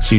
Si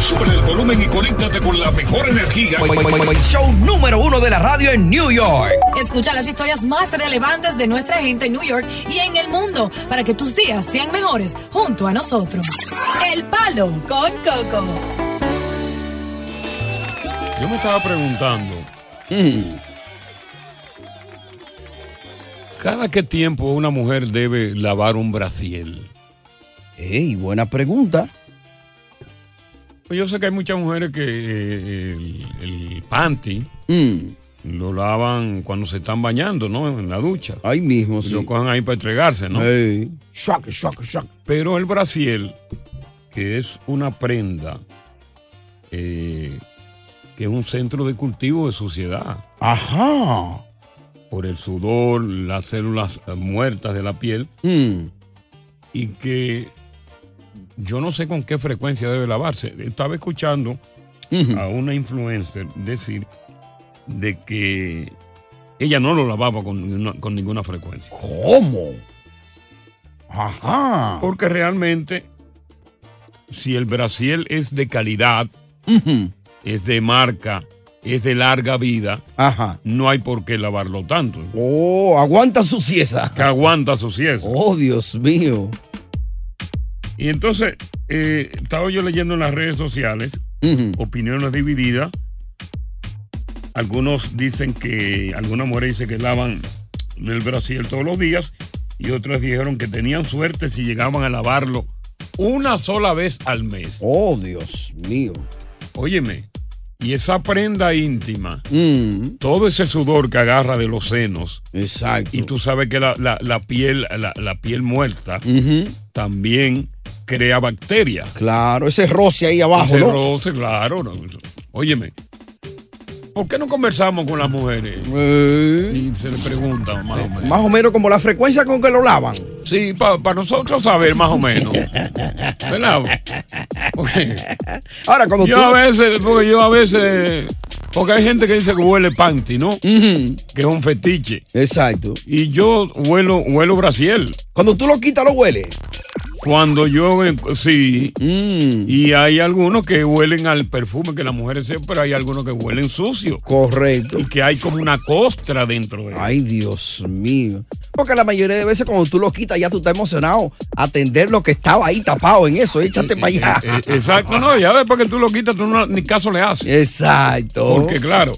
Sube el volumen y conéctate con la mejor energía. Show número uno de la radio en New York. Escucha las historias más relevantes de nuestra gente en New York y en el mundo para que tus días sean mejores junto a nosotros. El Palo con Coco. Yo me estaba preguntando. Mm. ¿Cada qué tiempo una mujer debe lavar un braciel? Ey, buena pregunta. Pues yo sé que hay muchas mujeres que eh, el, el panty Mm. lo lavan cuando se están bañando, ¿no? En la ducha. Ahí mismo, Y sí. Lo cojan ahí para entregarse, ¿no? Ey. Shock, shock, shock. Pero el brasiel, que es una prenda, eh, que es un centro de cultivo de suciedad, Ajá. por el sudor, las células eh, muertas de la piel, Mm. y que yo no sé con qué frecuencia debe lavarse. Estaba escuchando Ujú. a una influencer decir de que ella no lo lavaba con ninguna- con ninguna frecuencia. ¿Cómo? Ajá. Porque realmente, si el Brasil es de calidad, Ujú. es de marca, es de larga vida, Ajá. no hay por qué lavarlo tanto. Oh, aguanta sucieza. Que aguanta su siesta. Oh, Dios mío. Y entonces, eh, estaba yo leyendo en las redes sociales, Ujú. opiniones divididas. Algunos dicen que, algunas mujeres dicen que lavan el Brasil todos los días y otras dijeron que tenían suerte si llegaban a lavarlo una sola vez al mes. Oh, Dios mío. Óyeme, y esa prenda íntima, Mm. todo ese sudor que agarra de los senos, Exacto. y tú sabes que la, la- la piel, la, la piel muerta Ujú. también crea bacterias. Claro, ese roce ahí abajo, Ese ¿no? roce, claro. no. Óyeme, ¿por qué no conversamos con las mujeres? Eh, Y se le pregunta más o menos. Más o menos como la frecuencia con que lo lavan. Sí, para nosotros saber más o menos. ¿Verdad? Porque Ahora, cuando yo tú. a veces, porque yo a veces, porque hay gente que dice que huele panty, ¿no? Ujú. Que es un fetiche. Exacto. Y yo huelo, huelo Brasiel. Cuando tú lo quitas, lo huele. Cuando yo, eh, sí. Mm, Y hay algunos que huelen al perfume que las mujeres se, pero hay algunos que huelen sucio. Correcto. Y que hay como una costra dentro de él. Ay, Dios mío. Porque la mayoría de veces cuando tú lo quitas ya tú estás emocionado a atender lo que estaba ahí tapado en eso. Échate para allá. Eh, Exacto, no, ya después que tú lo quitas, tú no, ni caso le haces. Exacto. Porque claro,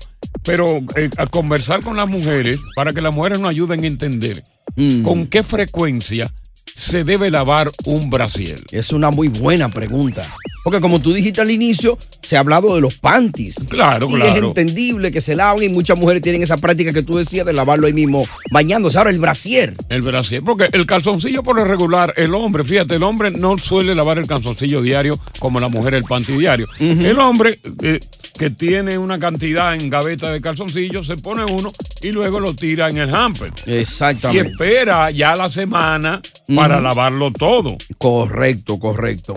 pero eh, a conversar con las mujeres para que las mujeres nos ayuden a entender Mm. con qué frecuencia se debe lavar un brasier. Es una muy buena pregunta. Porque como tú dijiste al inicio, se ha hablado de los panties. Claro, y Es claro. entendible que se lavan y muchas mujeres tienen esa práctica que tú decías de lavarlo ahí mismo bañándose. Ahora el brasier. El brasier, porque el calzoncillo por lo regular, el hombre, fíjate, el hombre no suele lavar el calzoncillo diario como la mujer el panty diario. El hombre eh, que tiene una cantidad en gaveta de calzoncillos, se pone uno y luego lo tira en el hamper. Y Exactamente. espera ya la semana para lavarlo todo. Correcto, correcto.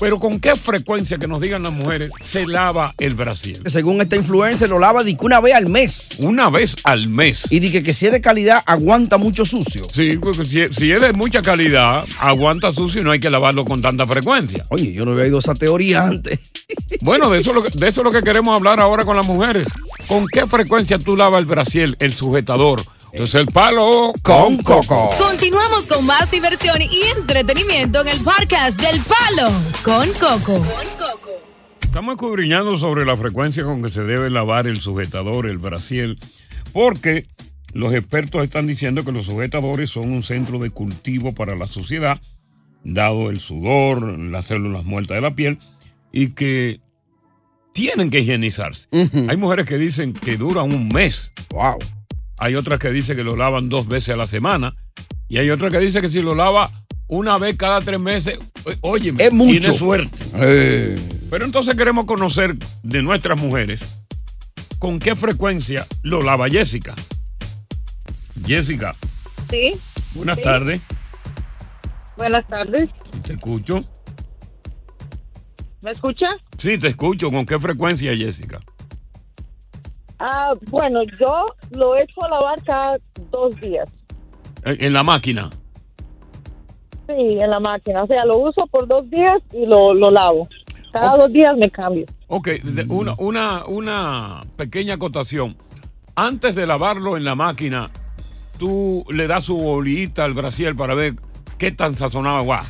Pero con qué frecuencia que nos digan las mujeres se lava el brasier. Según esta influencer, lo lava di que una vez al mes. Una vez al mes. Y di que, que si es de calidad, aguanta mucho sucio. Sí, porque si, si es de mucha calidad, aguanta sucio y no hay que lavarlo con tanta frecuencia. Oye, yo no había oído esa teoría antes. Bueno, de eso, es lo que, de eso es lo que queremos hablar ahora con las mujeres. ¿Con qué frecuencia tú lavas el brasier, el sujetador? Entonces el palo Eh. Con coco. Continuamos con más diversión y entretenimiento en el podcast del Palo con Coco. Estamos escudriñando sobre la frecuencia con que se debe lavar el sujetador, el brasier, porque los expertos están diciendo que los sujetadores son un centro de cultivo para la sociedad, dado el sudor, las células muertas de la piel, y que tienen que higienizarse. Hay mujeres que dicen que duran un mes Wow. hay otras que dicen que lo lavan dos veces a la semana. Y hay otras que dicen que si lo lava una vez cada tres meses, oye, Es mucho. tiene suerte. Eh, Pero entonces queremos conocer de nuestras mujeres con qué frecuencia lo lava Jessica. Jessica, Sí, buenas Sí. tardes. buenas tardes. Te escucho. ¿Me escucha? Sí, te escucho. ¿Con qué frecuencia, Jessica? Ah, bueno, yo lo echo a lavar cada dos días. En en la máquina. Sí, en la máquina. O sea, lo uso por dos días y lo, lo lavo. Cada dos días me cambio. Ok, Mm. de- una, una, una pequeña acotación. Antes de lavarlo en la máquina, tú le das su bolita al brasier para ver qué tan sazonado va.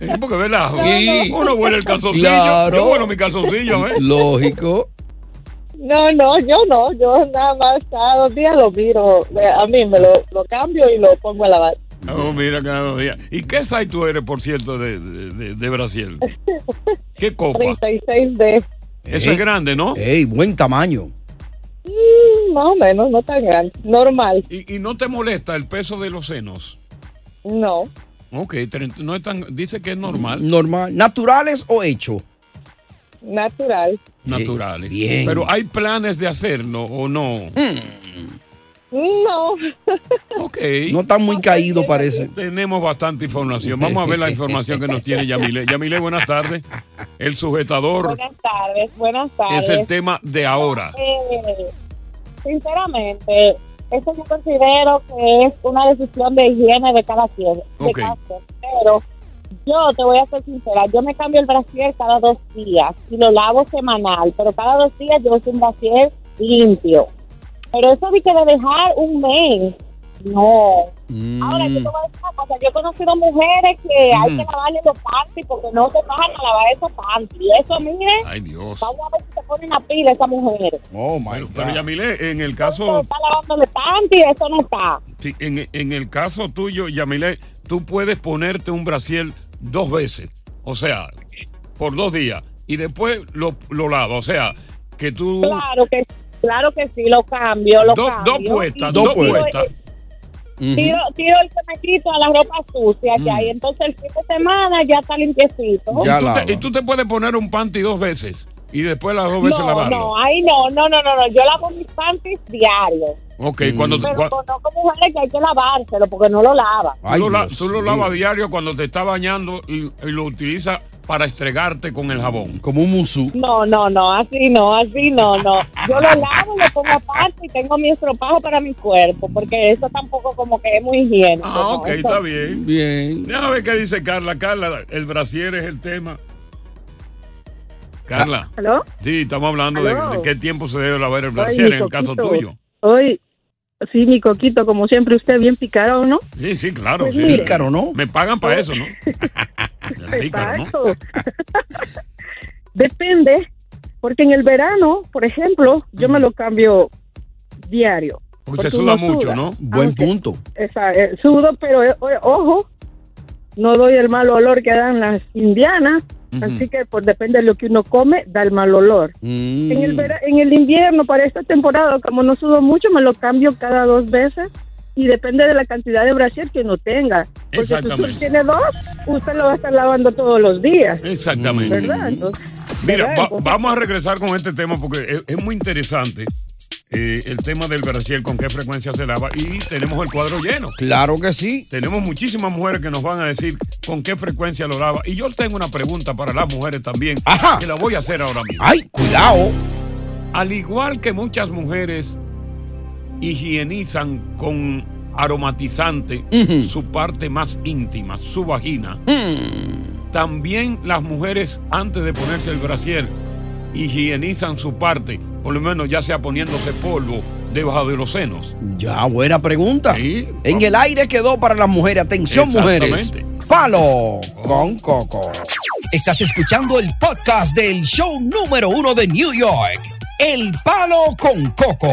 Sí, porque, ¿verdad? Sí. Uno huele el calzoncillo. Claro. Yo huelo mi calzoncillo, ¿eh? Lógico. No, no, yo no. Yo nada más cada dos días lo miro. Eh, A mí me lo, lo cambio y lo pongo a lavar. Oh, mira, cada dos días. ¿Y qué size tú eres, por cierto, de, de, de- de Brasil? ¿Qué copa? 36 de... Eso es grande, ¿no? Ey, buen tamaño. mm, más o menos, no tan grande. Normal. ¿Y, y no te molesta el peso de los senos? No. Ok, tre- no es tan, dice que es normal, Normal. ¿Naturales o hecho? Natural. naturales. Eh, bien. Mm. Pero hay planes de hacerlo o no. No. Ok. No tan muy caído, parece. Tenemos bastante información. Vamos a ver la información que nos tiene Yamile. Yamile, buenas tardes. El sujetador Buenas tardes. Buenas tardes. es el tema de ahora. Eh, sinceramente, esto yo considero que es una decisión de higiene de cada quien. de Ok. cada quien. pero yo te voy a ser sincera, yo me cambio el brasier cada dos días y lo lavo semanal, pero cada dos días yo uso un brasier limpio. Pero eso vi que de dejar un mes, no. Mm. Ahora, yo te voy a decir una cosa, yo he conocido mujeres que hay que Mm. lavarle los panties porque no te van a lavar esos panties. Y eso, mire, Ay, Dios. vamos a ver si se ponen a pila esas mujeres. Oh, my Pero, pero God. Yamile, en el Eso caso, está lavándole panty, eso no está. sí, en, en el caso tuyo, Yamile, tú puedes ponerte un brasier dos veces. O sea, por dos días. Y después lo, lo lavas. O sea, que tú Claro que claro que sí, lo cambio, lo Dos- cambio. dos puestas, Y dos Dos puestas. Tiro, tiro el cementito a la ropa sucia que Mm. hay, entonces el fin de semana ya está limpiecito. Ya y, tú lava. te, y tú te puedes poner un panty dos veces y después las dos veces no, lavarlo. no, ahí no, no, no, no, no, yo lavo mis panties diarios, Ok, cuando, pero cua- conozco mujeres que hay que lavárselo porque no lo lavan. Ay, tú, lo, la- Dios tú lo mío. lavas diario cuando te está bañando y, y lo utilizas para estregarte con el jabón. Como un musú. No, no, no, así no, así no, no. Yo lo lavo, lo pongo aparte y tengo mi estropajo para mi cuerpo, porque eso tampoco como que es muy higiénico. Ah, ¿no? ok, Eso- está bien. Bien. Déjame ver qué dice Carla. Carla, el brasier es el tema. Carla, ¿Aló? sí, estamos hablando de, Aló. de qué tiempo se debe lavar el Ay, brasier mi en el caso coquito. tuyo. Hoy, sí, mi coquito, como siempre, usted bien picado, ¿no? Sí, sí, claro. Pues sí. mire. Pícaro, ¿no? Me pagan para eso, ¿no? Pícaro, ¿no? Exacto. Depende, porque en el verano, por ejemplo, yo me lo cambio diario. Porque Porque se suda uno mucho, suda. ¿no? Buen Aunque- punto. Esa, eh, sudo, pero eh, o- ojo, no doy el mal olor que dan las indianas, Ujú. así que pues depende de lo que uno come, da el mal olor. Mm. En, el vera- en el invierno, para esta temporada, como no sudo mucho, me lo cambio cada dos veces y depende de la cantidad de brasier que uno tenga. Porque si usted Exactamente. tiene dos, usted lo va a estar lavando todos los días, Exactamente. Mm. ¿verdad? Entonces, pues, Mira, ¿verdad? va- vamos a regresar con este tema porque es, es muy interesante eh, el tema del Brasil, con qué frecuencia se lava y tenemos el cuadro lleno. Claro que sí. Tenemos muchísimas mujeres que nos van a decir con qué frecuencia lo lava. Y yo tengo una pregunta para las mujeres también, Ajá. que la voy a hacer ahora mismo. Ay, cuidado. Al igual que muchas mujeres higienizan con aromatizante Ujú. su parte más íntima, su vagina, Mm. también las mujeres antes de ponerse el brasier higienizan su parte, por lo menos ya sea poniéndose polvo debajo de los senos. Ya, buena pregunta. Sí. En el aire quedó para las mujeres. Atención, mujeres. Exactamente. Oh. Palo con coco. Estás escuchando el podcast del show número uno de New York. El palo con coco.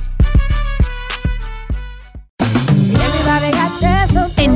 En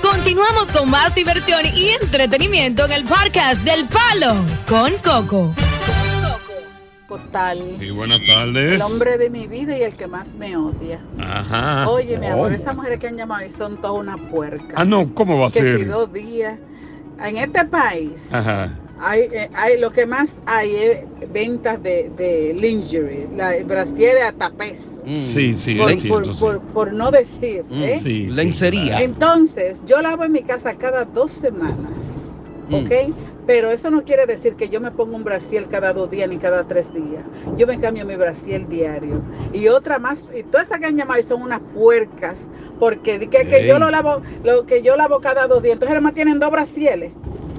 Continuamos con más diversión y entretenimiento en el podcast del Palo con Coco. Total. Y buenas tardes. El hombre de mi vida y el que más me odia. Ajá. Oye, mi amor, Oh. esas mujeres que han llamado y son todas una puerca. Ah, no, ¿cómo va a que Si ser? dos días. En este país, Ajá. hay, eh, hay- lo que más hay es ventas de, de lingerie. La brasier hasta peso. Sí, sí, por, es cierto, por- sí. por- por no decir. Mm, ¿eh? sí, Lencería. sí, claro. Entonces, yo lavo en mi casa cada dos semanas. ¿Ok? Pero eso no quiere decir que yo me ponga un brasiel cada dos días ni cada tres días. Yo me cambio mi brasiel diario. Y otra más, y todas esas que han llamado y son unas puercas, porque di que, que Ey. yo lo lavo, lo que yo lavo cada dos días. Entonces además tienen dos brasieles.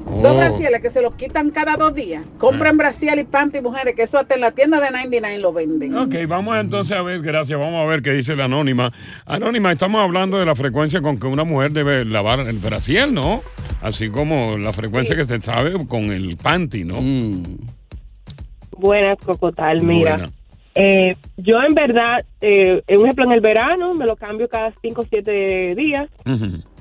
Dos Oh. brasieles que se los quitan cada dos días. Ah. Compran brasiel y panty mujeres, que eso hasta en la tienda de 99 lo venden. Ok, vamos entonces a ver, gracias, vamos a ver qué dice la anónima. Anónima, estamos hablando de la frecuencia con que una mujer debe lavar el brasier, ¿no? Así como la frecuencia que se sabe con el panty, ¿no? Buenas, Cocotal. Mm. Mira, Buena. eh, yo en verdad, eh, un ejemplo, en el verano me lo cambio cada 5 o 7 días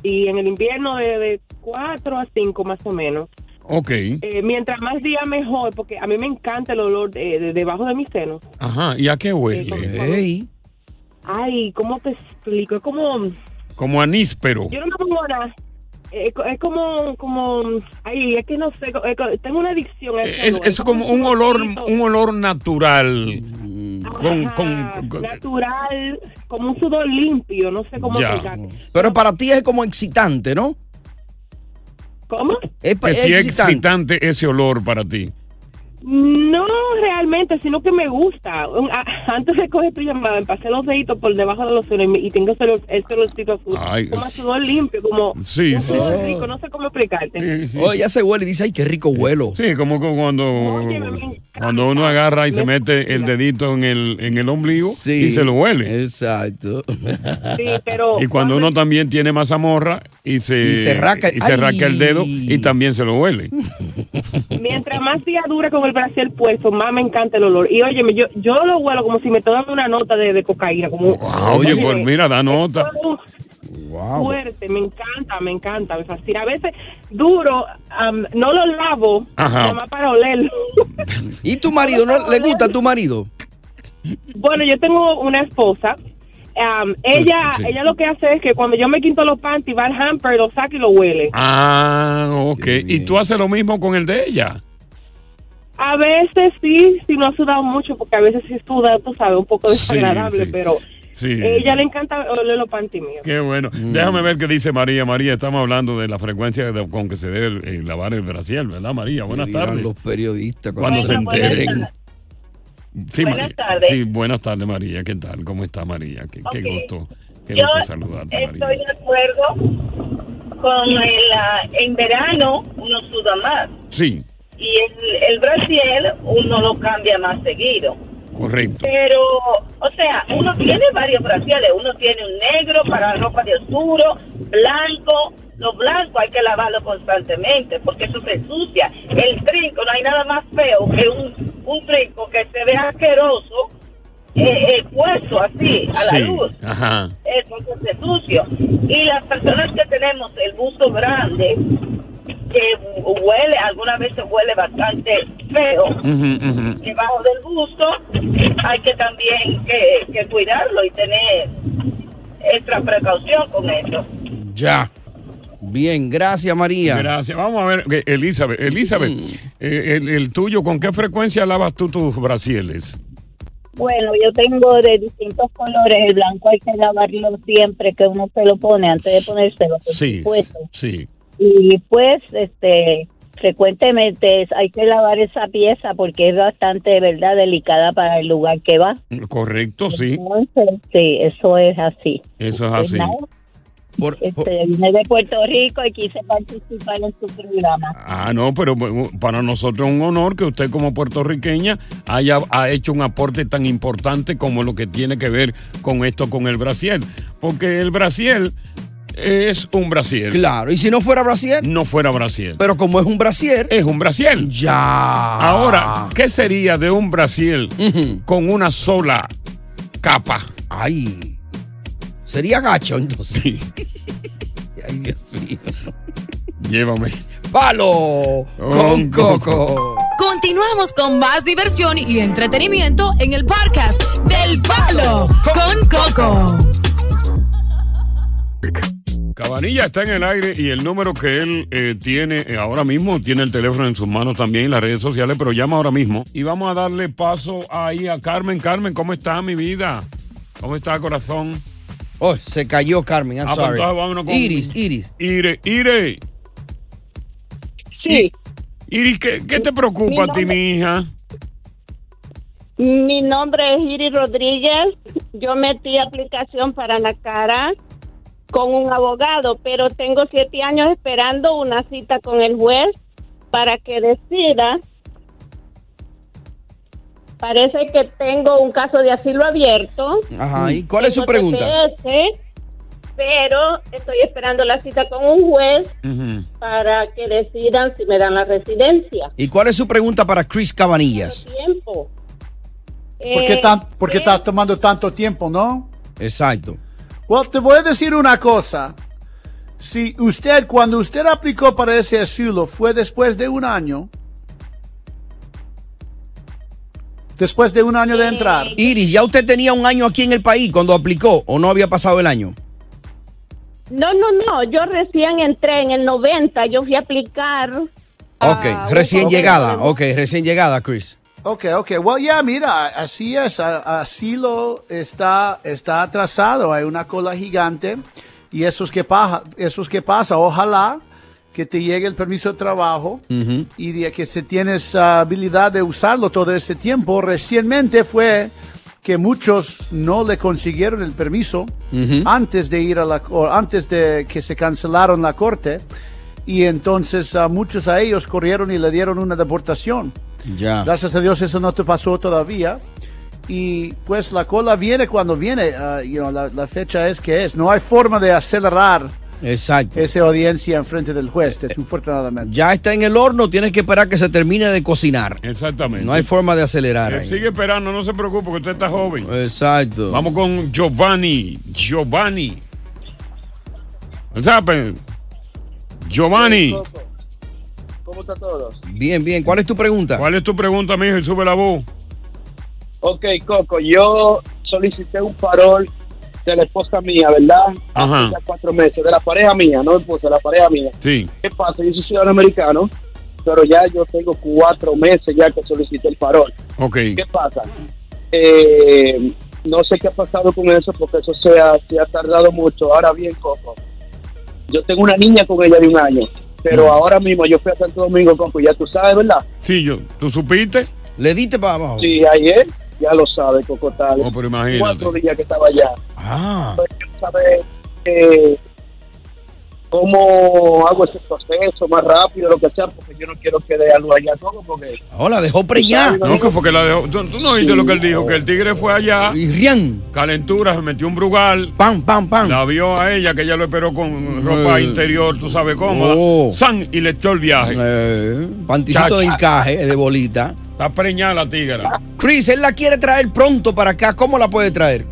y en el invierno de 4 a 5 más o menos. Ok. Eh, mientras más días mejor, porque a mí me encanta el olor de, de- debajo de mis senos. Ajá, ¿y a qué huele? Ay, ¿cómo te explico? Es como, Como aníspero. yo no me pongo nada. Eh, co- Es como, como, ay, es que no sé, co- eh, co- tengo una adicción a ese Es, olor. es como un olor, un olor natural. Mm. Con, con- con- natural, como un sudor limpio, no sé cómo Ya. explicar. Pero para ti es como excitante, ¿no? ¿Cómo? Es, pa- que es si es excitante. excitante ese olor para ti. No realmente, sino que me gusta. Un- a- Antes de coger tu llamada, me pasé los deditos por debajo de los senos y me- y tengo ese olor- ese olorcito azul. Ay. Como a sudor limpio, como Sí, un sí, sudor sí. rico, no sé cómo explicarte. Oh, ya se huele y dice, ay, qué rico huelo. Sí, como que cuando, cuando uno agarra y se mete el dedito en el, en el ombligo y se lo huele. Exacto. Sí, pero Y cuando uno también tiene mazamorra y se, Y se rasca- y se rasca el dedo y también se lo huele. mientras más día dura con el brasier puesto, más me encanta el olor. Y óyeme, yo, yo lo huelo como si me toman una nota de, de cocaína, como Ah, oye, pues mira, da nota. fuerte, me encanta, me encanta, me fascina. A veces duro, am, no lo lavo, Ajá. nada más para olerlo. ¿Y tu marido? ¿No le gusta a tu marido? Bueno, yo tengo una esposa. am, ella Sí. ella lo que hace es que cuando yo me quito los panties, va al hamper, lo saca y lo huele. Ah, ok. Y tú haces lo mismo con el de ella. A veces sí, si no ha sudado mucho, porque a veces sí suda, tú sabes, un poco desagradable, sí. pero Sí. ella le encanta oler los panties míos. Qué bueno. Mm. Déjame ver qué dice María. María, estamos hablando de la frecuencia de- con que se debe eh, lavar el brasier, ¿verdad, María? Buenas Dirán tardes. los periodistas cuando, Cuando se se enteren. enteren. Sí, Buenas María. tardes. Sí, buenas tardes, María. ¿Qué tal? ¿Cómo está, María? Qué, qué Ok. gusto. Qué Yo eh, gusto saludarte, María. estoy de acuerdo con el, ah, en verano uno suda más Sí, y el, el brasier uno lo cambia más seguido. correcto. Pero, o sea, uno tiene varios brasieres. Uno tiene un negro para ropa de oscuro, blanco. Lo blanco hay que lavarlo constantemente porque eso se ensucia. El trinco, no hay nada más feo que un, un trinco que se ve asqueroso eh, eh, puesto así, a la Sí, luz ajá. entonces es sucio. Y las personas que tenemos el busto grande, que huele, alguna vez se huele bastante feo, debajo del busto, hay que también que, que cuidarlo y tener extra precaución con eso. Ya. Bien, gracias, María. Mm. Gracias. Vamos a ver, ok, Elizabeth, Elizabeth, eh, el, el tuyo, ¿con qué frecuencia lavas tú tus brasieles? Bueno, yo tengo de distintos colores. El blanco hay que lavarlo siempre que uno se lo pone antes de ponérselo. por Sí, Pues, supuesto. sí. Y pues, este, frecuentemente hay que lavar esa pieza porque es bastante, ¿verdad?, delicada para el lugar que va. Correcto, sí. Ah, Entonces, sí, eso es así. Eso es Pues así. nada, este, vine de Puerto Rico y quise participar en su programa. Ah, no, pero bueno, para nosotros es un honor que usted como puertorriqueña haya ha hecho un aporte tan importante como lo que tiene que ver con esto, con el Brasil. Porque el Brasil es un Brasil. Claro, y si no fuera Brasil. No fuera Brasil. Pero como es un brasier. Es un brasier. Ya. Ah. Ahora, ¿qué sería de un Brasil con una sola capa? Ay. Sería gacho, entonces. Ay, Dios mío. Llévame. Palo con coco. Continuamos con más diversión y entretenimiento en el podcast del Palo con Coco. Cabanilla está en el aire y el número que él eh, tiene eh, ahora mismo, tiene el teléfono en sus manos también, las redes sociales, pero llama ahora mismo. Y vamos a darle paso ahí a Carmen. Carmen, ¿cómo está mi vida? ¿Cómo está corazón? Oh, se cayó Carmen, I'm Ah, pues sorry. entonces vámonos con- Iris, Iris. Ire, Ire. Sí. Iris, ¿qué, qué te preocupa a ti, mi hija? Mi nombre es Iris Rodríguez. Yo metí aplicación para la cara con un abogado, pero tengo siete años esperando una cita con el juez para que decida. Parece que tengo un caso de asilo abierto. Ajá, ¿y cuál es su Tengo pregunta? TPS, pero estoy esperando la cita con un juez para que decidan si me dan la residencia. ¿Y cuál es su pregunta para Chris Cabanillas? Tiempo. ¿Por qué, Eh, tan, por qué estás tomando tanto tiempo, no? Exacto. Well, te voy a decir una cosa. Si usted, cuando usted aplicó para ese asilo, fue después de un año. Después de un año de entrar. Iris, ¿ya usted tenía un año aquí en el país cuando aplicó o no había pasado el año? No, no, no, yo recién entré en el 90, yo fui a aplicar. Ok, recién Ah, ok. llegada. Ok, recién llegada, Chris. Ok, ok. Well, ya, mira, así es. A- Asilo está, está atrasado. Hay una cola gigante. Y eso es, que pasa, eso es que pasa. Ojalá que te llegue el permiso de trabajo y de que se tienes ah, habilidad de usarlo todo ese tiempo. Recientemente fue que muchos no le consiguieron el permiso antes de ir a la o antes de que se cancelaron la corte y entonces a muchos a ellos corrieron y le dieron una deportación. Ya. Gracias a Dios eso no te pasó todavía. Y pues la cola viene cuando viene. ah, you know, la, la fecha es que es. No hay forma de acelerar Exacto. esa audiencia en frente del juez, desafortunadamente. Ya está en el horno, tienes que esperar que se termine de cocinar. Exactamente. No hay forma de acelerar. Eh, ahí. sigue esperando, no se preocupe, que usted está joven. Exacto. Vamos con Giovanni. Giovanni. What's happening? Giovanni. ¿Cómo está todos? Bien, bien. ¿Cuál es tu pregunta? ¿Cuál es tu pregunta, mijo? Y sube la voz. Ok, Coco, yo solicité un parol de la esposa mía, ¿verdad? Ajá. Hace ya cuatro meses, de la pareja mía, no esposa, de la pareja mía. Sí. ¿Qué pasa? Yo soy ciudadano americano, pero ya yo tengo cuatro meses ya que solicité el parol. Ok. ¿Qué pasa? Eh, no sé qué ha pasado con eso porque eso se ha, se ha tardado mucho. Ahora bien, Coco, yo tengo una niña con ella de un año, pero ahora mismo yo fui a Santo Domingo, Coco, ya tú sabes, ¿verdad? Mm. Sí, yo. ¿Tú supiste? ¿Le diste para abajo? Sí, ayer, ya lo sabe, Coco tal. Oh, pero imagínate. Cuatro días que estaba allá. Ah. Entonces, quiero saber eh, cómo hago ese proceso más rápido, lo que sea, porque yo no quiero que de algo allá todo, porque... Hola, dejó preñar. No, que fue que la dejó. Tú, tú no oíste lo que él dijo, que el tigre fue allá. Y rian. Calentura, se metió un brugal. Pam, pam, pam. La vio a ella, que ella lo esperó con ropa interior, tú sabes cómo. Oh. San y le echó el viaje. Eh, Panticito de Chacha. encaje, eh, de bolita. Está preñada la tigra. Chris, él la quiere traer pronto para acá. ¿Cómo la puede traer? Eh,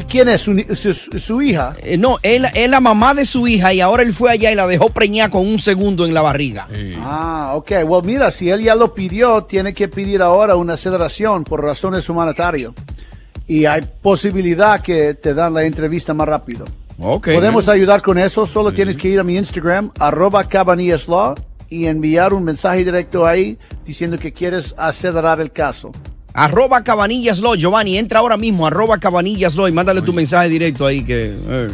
¿Y quién es? ¿Su, hija? no, él- es la mamá de su hija y ahora él fue allá y la dejó preñar con un segundo en la barriga. Ah, ok. Well, mira, si él ya lo pidió, tiene que pedir ahora una aceleración por razones humanitarias. Y hay posibilidad que te dan la entrevista más rápido. Ok. Podemos ayudar con eso, solo tienes que ir a mi Instagram, arroba cabanillaslaw, y enviar un mensaje directo ahí diciendo que quieres acelerar el caso. Arroba Cabanillaslo, Giovanni, entra ahora mismo, arroba Cabanillaslo y mándale tu mensaje directo ahí que... eh.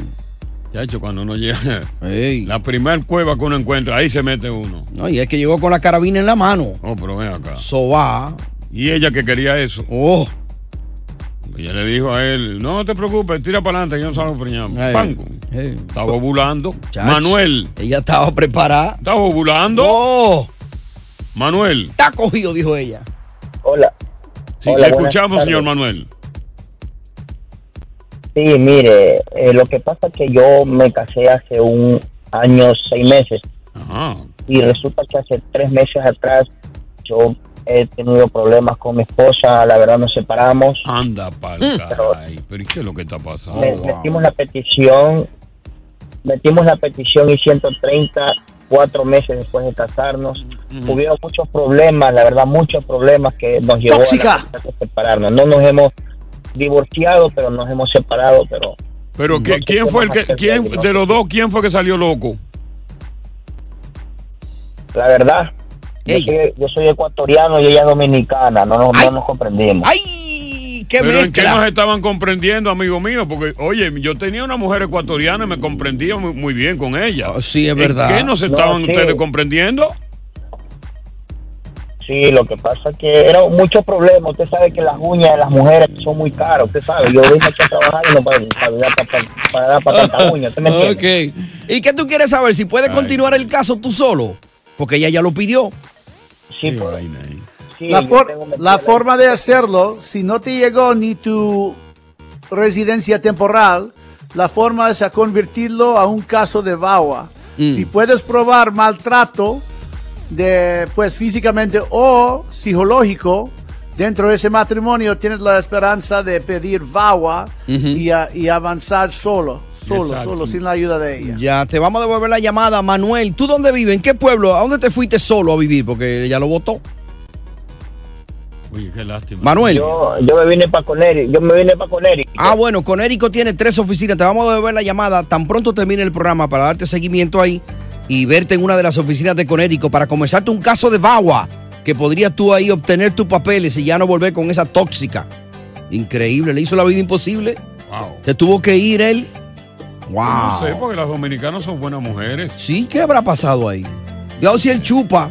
Chacho, cuando uno llega. La primer cueva que uno encuentra, ahí se mete uno. No, y es que llegó con la carabina en la mano. Oh, pero ven acá. Soba. Y ella que quería eso. Oh. Ella le dijo a él, no te preocupes, tira para adelante, yo no salgo preñado. Eh, Pango. eh. Estaba ovulando. Chacho, Manuel. Ella estaba preparada. Estaba ovulando. Oh. Manuel. Está cogido, dijo ella. Hola. Sí, Hola, le buenas escuchamos, tardes. señor Manuel. Sí, mire, eh, lo que pasa es que yo me casé hace un año, seis meses. Y resulta que hace tres meses atrás yo he tenido problemas con mi esposa, la verdad nos separamos. Anda, Mm. Pero Ay, pero ¿y qué es lo que está pasando? me- metimos la petición, metimos la petición y 130 cuatro meses pues, después de casarnos. Hubieron muchos problemas, la verdad, muchos problemas que nos llevó Tóxica. a la verdad, separarnos. No nos hemos divorciado, pero nos hemos separado, pero Pero ¿qué- No, ¿quién ¿qué fue el vamos a que, hacer, quién Freddy? No de sé. los dos, quién fue que salió loco? La verdad, yo soy, yo soy ecuatoriano y ella es dominicana, no nos, no nos comprendimos. Pero ¿en qué nos estaban comprendiendo, amigo mío? Porque, oye, yo tenía una mujer ecuatoriana y me comprendía muy, muy bien con ella. Ah, sí, es verdad. ¿En qué nos No, estaban sí. ustedes comprendiendo? Sí, lo que pasa es que era muchos problemas. Usted sabe que las uñas de las mujeres son muy caras, usted sabe. Yo vine aquí a trabajar y no para, para, para, para dar para tantas uñas, ¿usted me entiende? ok. ¿Y qué tú quieres saber? ¿Si puedes continuar el caso tú solo? Porque ella ya lo pidió. Sí, la, for- la forma de hacerlo, si no te llegó ni tu residencia temporal, la forma es a convertirlo a un caso de VAWA. Si puedes probar maltrato de, pues, físicamente o psicológico, dentro de ese matrimonio tienes la esperanza de pedir VAWA y, a- y avanzar solo, solo, Exacto. solo, sin la ayuda de ella. Ya, te vamos a devolver la llamada, Manuel. ¿Tú dónde vives? ¿En qué pueblo? ¿A dónde te fuiste solo a vivir? Porque ella lo votó. Oye, qué lástima. Manuel. Yo, yo me vine para Conérico. Yo me vine para Conérico. Ah, bueno, Conérico tiene tres oficinas. Te vamos a devolver la llamada tan pronto termine el programa para darte seguimiento ahí y verte en una de las oficinas de Conérico para comenzarte un caso de VAWA que podrías tú ahí obtener tus papeles y ya no volver con esa tóxica. Increíble, le hizo la vida imposible. Wow. Se tuvo que ir él. Wow. No sé, porque las dominicanas son buenas mujeres. Sí, ¿qué habrá pasado ahí? Yo si él chupa.